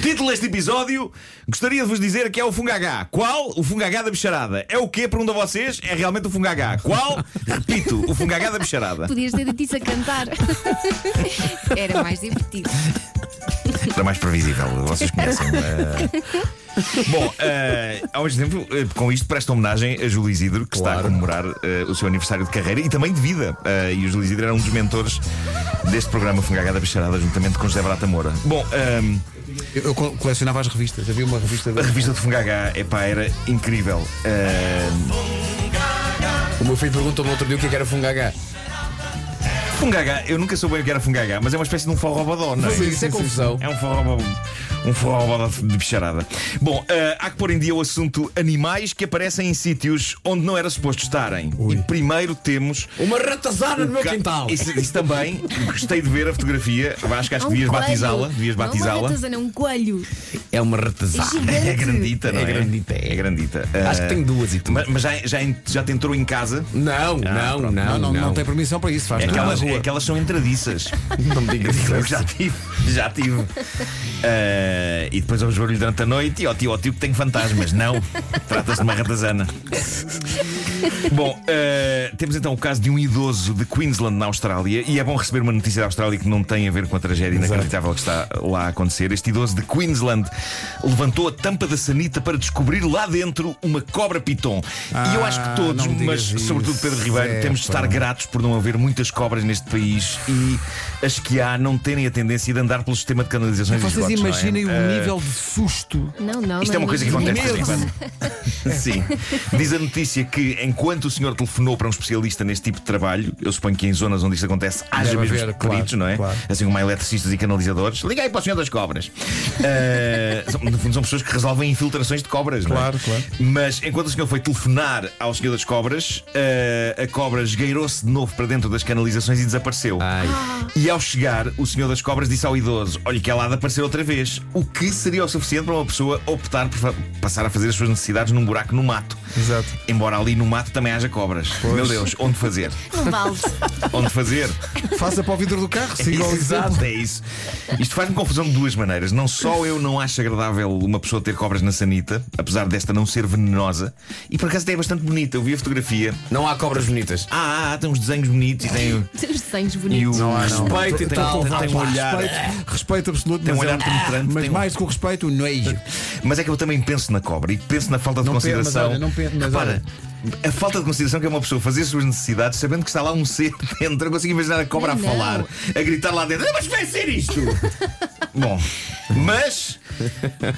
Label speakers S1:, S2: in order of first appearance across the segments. S1: Título deste episódio: gostaria de vos dizer que é o Fungagá. Qual? O Fungagá da Bicharada. É o quê? Pergunto a vocês. É realmente o Fungagá. Qual? Repito, o Fungagá da Bicharada.
S2: Podias ter dito isso a cantar. Era mais divertido.
S1: Era mais previsível, vocês conhecem. eh. Bom, eh, ao mesmo tempo, eh, com isto presta homenagem a Júlio Isidro, que está a comemorar eh, o seu aniversário de carreira e também de vida. Eh, e o Júlio Isidro era um dos mentores deste programa Fungagá da Bicharada, juntamente com José Brata Moura. Bom, ehm,
S3: Eu, eu co- colecionava as revistas, havia uma revista. de-
S1: a revista de Fungagá, epá, era incrível. Ehm,
S3: O meu filho perguntou-me outro dia o que é que era fungagá.
S1: Fungagá, eu nunca soube bem o que era Fungagá, mas é uma espécie de um forrobodó, não é?
S3: Sim, isso é confusão.
S1: É um forró um forró de bicharada. Bom, eh, há que pôr em dia o assunto animais que aparecem em sítios onde não era suposto estarem. E primeiro temos.
S3: Uma ratazana no meu
S1: ca-
S3: quintal!
S1: Isso, isso também. Gostei de ver a fotografia. Vasco, acho que devias batizá-la. Devias
S2: um Não,
S1: batizá-la.
S2: uma ratazana, um coelho.
S3: É uma ratazana.
S2: Gigante.
S1: É grandita, não é?
S3: É grandita, é.
S1: É grandita.
S3: Acho que
S1: Eh,
S3: tenho duas e tudo.
S1: Mas, Ah, mas já, já, en- já te entrou em casa?
S3: Não, não, não, Não, não,
S4: não, não tem permissão para isso, faz
S1: É que,
S4: tudo na
S1: elas,
S4: rua.
S1: é que elas são entradiças.
S3: Não me digas isso.
S1: Eu já tive, já tive. Eh, e depois ouves barulho durante a noite e ó tio, ó tio que tem fantasmas. Não, trata-se de uma ratazana. Bom, eh, temos então o caso de um idoso de Queensland, na Austrália, e é bom receber uma notícia da Austrália que não tem a ver com a tragédia inacreditável que está lá a acontecer. Este idoso de Queensland levantou a tampa da sanita para descobrir lá dentro uma cobra-piton. e eu acho que todos,
S4: Ah, não me
S1: mas
S4: digas
S1: sobretudo Pedro
S4: isso,
S1: Ribeiro, temos de
S4: Zé,
S1: estar
S4: pá.
S1: gratos por não haver muitas cobras neste país e as que há não terem a tendência de andar pelo sistema de canalizações e
S4: Vocês
S1: esgotos, não é?
S4: imaginem
S1: Eh,
S4: o nível de susto.
S2: Não, não.
S1: isto é
S2: não,
S1: uma coisa que
S2: não.
S1: acontece de vez em quando. Sim. Diz a notícia que enquanto o senhor telefonou para um especialista neste tipo de trabalho, eu suponho que em zonas onde isto acontece haja
S4: Deve
S1: mesmo
S4: haver,
S1: peritos,
S4: claro,
S1: não é?
S4: claro.
S1: Assim como há eletricistas e canalizadores. Liga aí para o senhor das cobras. Ah, são- no fundo, são pessoas que resolvem infiltrações de cobras, não é?
S4: Claro, claro.
S1: Mas enquanto o senhor foi telefonar ao senhor das cobras, ah, a cobra esgueirou-se de novo para dentro das canalizações e desapareceu. E ao chegar, o senhor das cobras disse ao idoso: Olha, que ela há de aparecer outra vez. O que seria o suficiente para uma pessoa optar por fa- passar a fazer as suas necessidades num buraco no mato.
S4: Exato.
S1: Embora ali no mato também haja cobras. Meu Deus, onde fazer?
S2: Não vale.
S1: Onde fazer?
S4: Faça para o vidro do carro, siga o exemplo.
S1: Exato, é isso. Isto faz-me confusão de duas maneiras. Não só eu não acho agradável uma pessoa ter cobras na sanita, apesar desta não ser venenosa, e por acaso até é bastante bonita. Eu vi a fotografia.
S3: Não há cobras bonitas.
S1: Ah, ah, tem uns desenhos bonitos e tem.
S2: Tem os desenhos
S1: E o
S2: bonitos.
S1: respeito e
S4: Respeito
S3: então
S1: tem,
S4: e tal.
S1: tem um
S4: Ah, pá,
S1: olhar.
S4: Respeito, respeito absoluto,
S1: Tem um
S4: mas, é
S1: olhar penetrante,
S4: mas
S1: tem um-
S4: mais do que o respeito, o nojo.
S1: Mas é que eu também penso na cobra e penso na falta de
S4: Não penso, mas
S1: consideração.
S4: olha, não penso, mas
S1: Repara, a falta de consideração que é uma pessoa fazer as suas necessidades sabendo que está lá um ser dentro. Eu consigo imaginar a cobra
S2: Não,
S1: a falar, a gritar lá dentro: "Ah, Mas vai ser isto! Bom, mas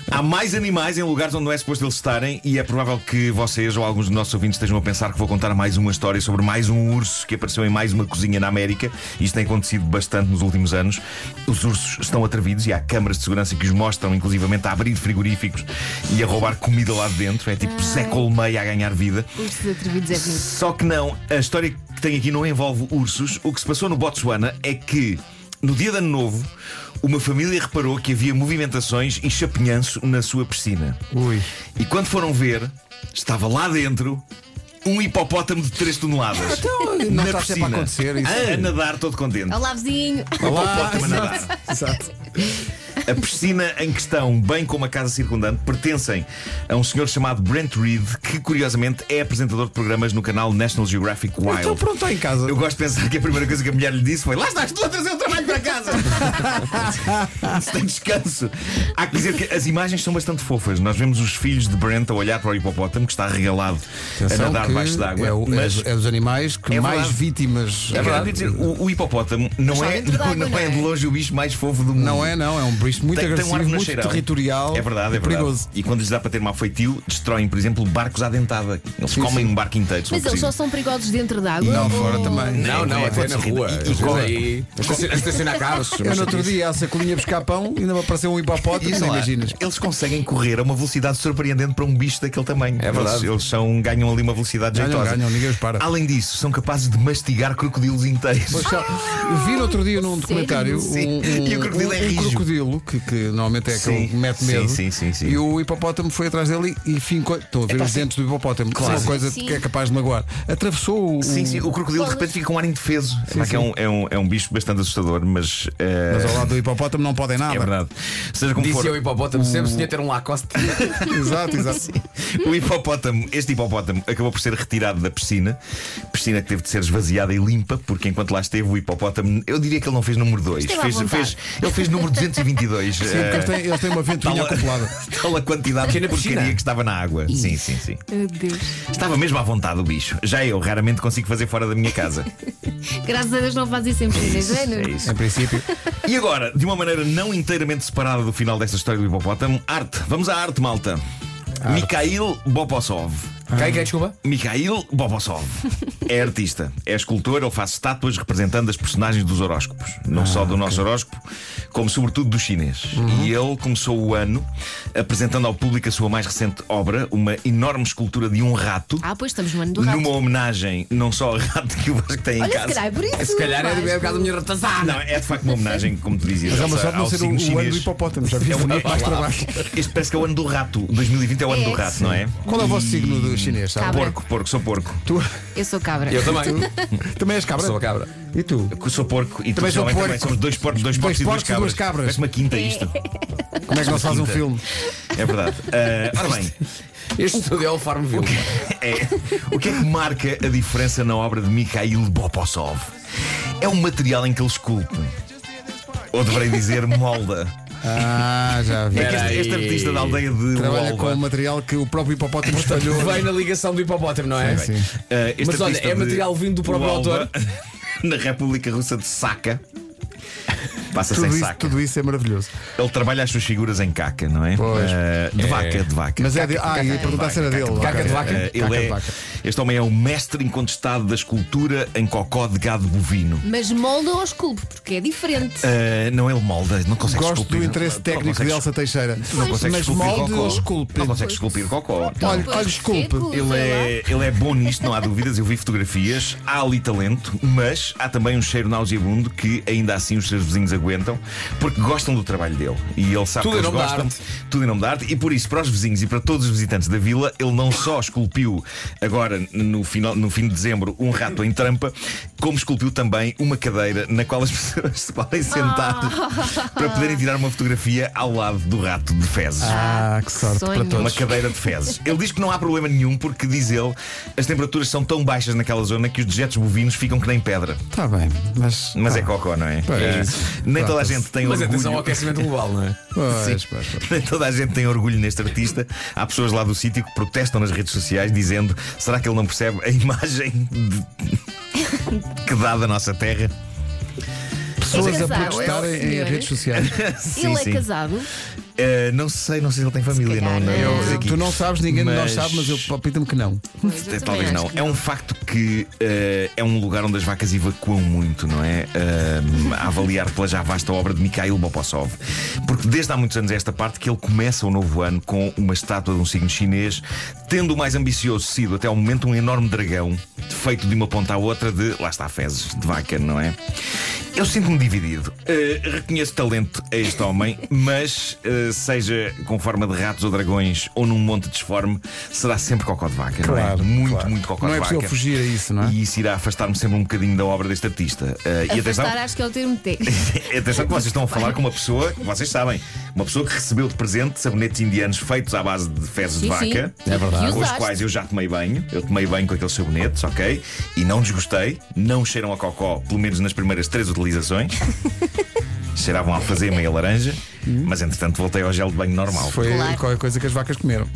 S1: há mais animais em lugares onde não é suposto eles estarem, e é provável que vocês ou alguns dos nossos ouvintes estejam a pensar que vou contar mais uma história sobre mais um urso que apareceu em mais uma cozinha na América. Isto tem acontecido bastante nos últimos anos. Os ursos estão atrevidos e há câmaras de segurança que os mostram, inclusivamente, a abrir frigoríficos e a roubar comida lá de dentro. É tipo Zé Colmeia a ganhar vida.
S2: Os atrevidos é bonito.
S1: Só que não, a história que tem aqui não envolve ursos. O que se passou no Botsuana é que, no dia de ano novo, uma família reparou que havia movimentações e chapinhanço na sua piscina.
S4: Ui.
S1: E quando foram ver, estava lá dentro um hipopótamo de 3 toneladas.
S4: Então, não
S1: na
S4: está sempre
S1: piscina, Ah,
S4: a acontecer isso.
S1: A nadar todo contente.
S2: Olá, vizinho.
S4: Olá.
S1: Hipopótamo a nadar.
S4: Exato.
S1: A piscina em questão, bem como a casa circundante, pertencem a um senhor chamado Brent Reed, que curiosamente é apresentador de programas no canal National Geographic Wild.
S4: Então pronto, está em casa.
S1: Eu gosto de pensar que a primeira coisa que a mulher lhe disse foi: Lá estás tu a trazer o trabalho para casa. Se tem descanso. Há que dizer que as imagens são bastante fofas. Nós vemos os filhos de Brent a olhar para o hipopótamo que está regalado a
S4: Atenção
S1: nadar
S4: que
S1: debaixo d'água.
S4: É, o- é
S1: mas
S4: os- é os animais que
S1: É
S4: mais
S1: verdade.
S4: vítimas.
S1: é verdade, eu dizer, o, o hipopótamo não
S2: Está
S1: é,
S2: dentro da
S1: não,
S2: água,
S1: não é
S2: não é?
S1: de longe o bicho mais fofo do mundo.
S4: Não é, não. É um bicho muito
S1: Tem- tem um
S4: agressivo,
S1: ar
S4: muito
S1: cheirão.
S4: territorial.
S1: É verdade, é
S4: e
S1: verdade.
S4: perigoso.
S1: E quando lhes dá para ter mau feitio, destroem, por exemplo, barcos à dentada. Eles comem um barco inteiro. se
S2: Mas
S1: for
S2: eles só
S1: possível.
S2: são perigosos dentro de água?
S4: Não,
S2: ou-
S4: fora também.
S3: Não, não,
S1: é,
S3: até
S1: é,
S3: na
S1: é,
S3: rua.
S1: e- e
S3: Às vezes
S1: cobra.
S3: aí. estaciona- Estacionar carros.
S4: Eu no outro dia, à sacolinha buscar pão, ainda me apareceu um hipopótamo,
S1: Diz
S4: não
S1: lá,
S4: imaginas.
S1: Eles conseguem correr a uma velocidade surpreendente para um bicho daquele tamanho.
S3: É verdade.
S1: Eles, eles são, ganham ali uma velocidade
S4: Ganham,
S1: jeitosa.
S4: ganham, ninguém os para.
S1: Além disso, são capazes de mastigar crocodilos inteiros.
S4: Pois, sabe, eu vi no outro dia num documentário
S1: Sim.
S4: um, um-
S1: E o crocodilo é
S4: um
S1: rijo.
S4: crocodilo que, que normalmente é aquele
S1: Sim,
S4: que mete
S1: sim,
S4: medo.
S1: sim, sim, sim.
S4: E o hipopótamo foi atrás dele e fincou. Estão a ver os dentes do hipopótamo, que é uma coisa
S2: Sim.
S4: que é capaz de magoar. Atravessou o.
S1: Sim, sim, o crocodilo de repente fica com um ar indefeso. Epá, que É, um, é, um, é um bicho bastante assustador. professor, mas. eh,
S4: Mas ao lado do hipopótamo não podem
S1: é
S4: nada.
S1: verdade. Seja como for.
S3: Disse eu hipopótamo, sempre se tinha ter um Lacoste.
S4: exato, exato.
S1: O hipopótamo, este hipopótamo acabou por ser retirado da piscina, piscina que teve de ser esvaziada e limpa, porque enquanto lá esteve o hipopótamo, eu diria que ele não fez número 2,
S2: Esteve à
S1: fez,
S2: vontade.
S1: fez- ele fez número 222.
S4: Sim, porque
S1: eh,
S4: eles têm, eles têm uma ventoinha
S3: Tá
S1: tal,
S4: acoplada.
S1: a, tal a quantidade de
S3: Pequena
S1: porcaria
S3: piscina.
S1: que estava na água. Sim, sim, sim.
S2: Meu Deus.
S1: Estava mesmo à vontade o bicho. Já eu raramente consigo fazer fora da minha casa.
S2: Graças a Deus não faz isso em piscinas, é,
S1: É
S2: Nuno?
S1: isso.
S4: Em princípio,
S1: E agora, de uma maneira não inteiramente separada do final desta história do hipopótamo, arte. Vamos à arte, malta. Mikhail Bopossov.
S3: Quem, quem, desculpa?
S1: Mikhail Bobossov é artista, é escultor, ele faz estátuas representando as personagens dos horóscopos, não
S4: Ah,
S1: só do nosso horóscopo, como sobretudo do chinês.
S4: Uhum.
S1: E ele começou o ano apresentando ao público a sua mais recente obra, uma enorme escultura de um rato,
S2: Ah, pois estamos no ano do rato.
S1: numa homenagem não só ao rato que o Vasco tem em
S2: Olha, se
S1: casa.
S2: calhar é por isso.
S3: Se calhar é,
S2: Vasco.
S3: é por causa da minha ratazana.
S1: Não, é de facto uma homenagem, como tu dizias,
S4: mas é
S1: Elsa,
S4: uma sorte não
S1: ao
S4: ser o,
S1: signo
S4: o ano do
S1: chinês.
S4: hipopótamo. Já vi
S1: É um-
S4: bonito
S1: é um-
S4: mais trabalho.
S1: Este parece que é o ano do rato. 2020 é o ano
S2: É.
S1: do rato, não é?
S4: Qual é o vosso signo do chinês? sabe?
S2: Cabra.
S1: Porco, porco, sou porco.
S4: Tu
S2: Eu sou cabra.
S3: Eu também.
S4: também és cabra?
S3: Sou a cabra.
S4: E tu?
S1: Eu sou porco e tu
S4: Também sou
S1: geralmente
S4: porco.
S1: também somos dois porcos, dois porcos e duas
S4: porcos e
S1: cabras.
S4: duas cabras.
S1: Parece uma quinta isto.
S4: Como é que nós faz um filme?
S1: É verdade. Ah, ora bem,
S3: Este estúdio é o Farmville.
S1: é, o que é que marca a diferença na obra de Mikhail Bopossov? É o material em que ele esculpe. Ou deverei dizer molda.
S4: Ah, já vi.
S1: É que este,
S3: Peraí.
S1: este artista da aldeia de
S4: Trabalha com o
S1: Lolva.
S4: material que o próprio hipopótamo espalhou.
S3: Vem na ligação do hipopótamo, não é?
S4: Sim.
S1: ah, este
S3: Mas olha,
S1: artista
S3: é
S1: de
S3: material vindo do próprio
S1: Lolva,
S3: autor.
S1: Na República Russa de Saca. Passa
S4: Tudo
S1: sem
S4: isso,
S1: saca.
S4: tudo isso é maravilhoso.
S1: Ele trabalha as suas figuras em caca, não é?
S4: Pois.
S1: Ah, de vaca, de vaca.
S4: Mas é de. Ah, ia perguntar se era dele.
S3: Caca
S4: Ok.
S3: de vaca.
S1: Eh, ele
S4: Caca de
S1: é-
S4: vaca.
S1: Este homem é o mestre incontestado da escultura em cocó de gado bovino.
S2: Mas molda ou esculpe, porque é diferente.
S1: Eh, não, ele molda, não consegue
S4: Gosto
S1: esculpir.
S4: do interesse
S1: Não
S4: técnico
S1: consegue-
S4: de Elsa Teixeira.
S1: Não consegue
S4: Mas
S1: esculpir
S4: molde
S1: cocó.
S4: ou esculpe?
S1: Não consegue esculpir cocó. Não.
S4: Olha,
S2: Pois,
S4: olha, desculpe.
S2: ridículo,
S1: Ele
S2: sei
S1: é, ele é bom nisto, não há dúvidas. Eu vi fotografias, há ali talento, mas há também um cheiro nauseabundo que ainda assim os seus vizinhos aguentam porque gostam do trabalho dele. E ele sabe
S3: Tudo
S1: que
S3: em
S1: eles
S3: nome da
S1: gostam
S3: arte.
S1: tudo em nome da arte. E por isso, para os vizinhos e para todos os visitantes da vila, ele não só esculpiu agora no, final, no fim de dezembro um rato em trampa, como esculpiu também uma cadeira na qual as pessoas se podem sentar para poderem tirar uma fotografia ao lado do rato de fezes.
S4: Ah, que
S2: Que
S4: sorte para
S2: sonho.
S1: Uma
S4: todos.
S1: cadeira de fezes. Ele diz que não há problema nenhum, porque diz ele, as temperaturas são tão baixas naquela zona que os dejetos bovinos ficam que nem pedra.
S4: Está bem, mas.
S1: Mas
S4: tá.
S1: é cocó, não é?
S4: Pois.
S1: É. Nem toda a gente tem
S3: Mas
S1: orgulho.
S3: atenção ao aquecimento global, não é?
S4: Pois, pois, pois.
S1: Nem toda a gente tem orgulho neste artista. Há pessoas lá do sítio que protestam nas redes sociais dizendo: será que ele não percebe a imagem de- que dá da nossa terra?
S4: Pessoas a
S2: casado, é o
S4: protestar em- em
S2: senhor.
S4: redes sociais.
S1: Sim,
S2: Ele
S1: sim.
S2: é casado.
S1: Eh, não sei, não sei se ele tem família.
S2: calhar é.
S1: não, não,
S2: não.
S1: não sei aqui.
S4: Tu não sabes, ninguém de nós
S1: Mas-
S4: sabe, É mas eu palpito-me que não.
S2: Pois, eu
S1: Talvez
S2: também
S1: não.
S2: acho que
S1: É um facto que eh, é um lugar onde as vacas evacuam muito, não é? Eh, a avaliar pela já vasta obra de Mikhail Bopossov. Porque desde há muitos anos a esta parte que ele começa o novo ano com uma estátua de um signo chinês, tendo o mais ambicioso sido até ao momento um enorme dragão, feito de uma ponta à outra de, lá está, fezes de vaca, não é? Eu sinto-me dividido. Eh, reconheço talento a este homem, mas eh, seja com forma de ratos ou dragões ou num monte disforme, será sempre cocó de vaca, não é?
S4: Claro,
S1: Muito,
S4: claro.
S1: muito cocó
S4: Não
S1: de
S4: é
S1: vaca.
S4: possível fugir a isso, não é?
S1: E isso irá afastar-me sempre um bocadinho da obra deste artista. Eh,
S2: é.
S1: e atenção,
S2: Afastar, acho que é o termo técnico.
S1: atenção que vocês estão a falar com uma pessoa, que vocês sabem, uma pessoa que recebeu de presente sabonetes indianos feitos à base de fezes de
S2: Sim, sim.
S1: vaca. né,
S2: É verdade. E
S1: Com os
S2: usaste.
S1: quais eu já tomei banho. Eu tomei banho com aqueles sabonetes, ok? E não desgostei. Não cheiram a cocó, pelo menos nas primeiras três utilizações. Cheiravam a alfazema e a laranja.
S2: Hum.
S1: Mas entretanto voltei ao gel de banho normal.
S4: Foi
S2: Claro.
S4: qualquer coisa que as vacas comeram.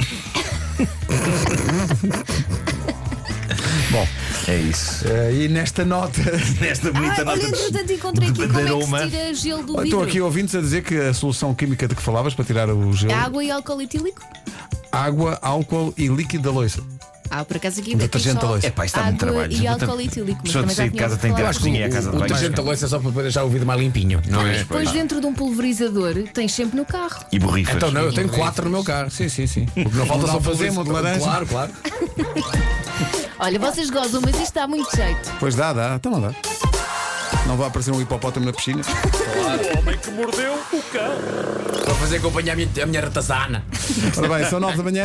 S4: Bom,
S1: É isso.
S4: eh, e nesta nota,
S1: Nesta
S2: Ah,
S1: bonita nota
S2: olha, entretanto, encontrei
S1: de
S2: aqui como é
S1: badaroma.
S2: que se tira gelo do
S4: estou
S2: vidro. É
S4: aqui ouvintes a dizer que a solução química de que falavas para tirar o gelo,
S2: Água e álcool etílico?
S4: água, álcool e líquido da loiça.
S2: Ah, por acaso aqui
S4: Detergente
S2: só
S4: da loiça.
S1: É pá, isto dá muito
S2: água
S1: trabalho.
S2: E álcool
S1: A
S2: etílico. mas
S1: pessoa de
S2: também já
S1: sair de
S2: tinha
S1: casa tem que ter a
S2: ouvido falar.
S1: cozinha e a casa de
S3: O
S1: banho.
S3: detergente da loiça é só para deixar o vidro mais limpinho, não é?
S2: Depois dentro de um pulverizador tens sempre no carro.
S1: E borrifas.
S3: Então não, eu tenho quatro no meu carro. Sim, sim, sim. O que não falta
S4: de
S3: só
S4: alfazema,
S3: fazer
S4: de laranja.
S3: Claro, claro.
S2: Olha, vocês gozam, mas isto dá muito jeito.
S4: Pois dá, dá, então não dá. Não vai aparecer um hipopótamo na piscina.
S5: O homem que mordeu o cão.
S3: Para fazer acompanhar a minha, a minha ratazana.
S4: Ora bem, são nove da manhã.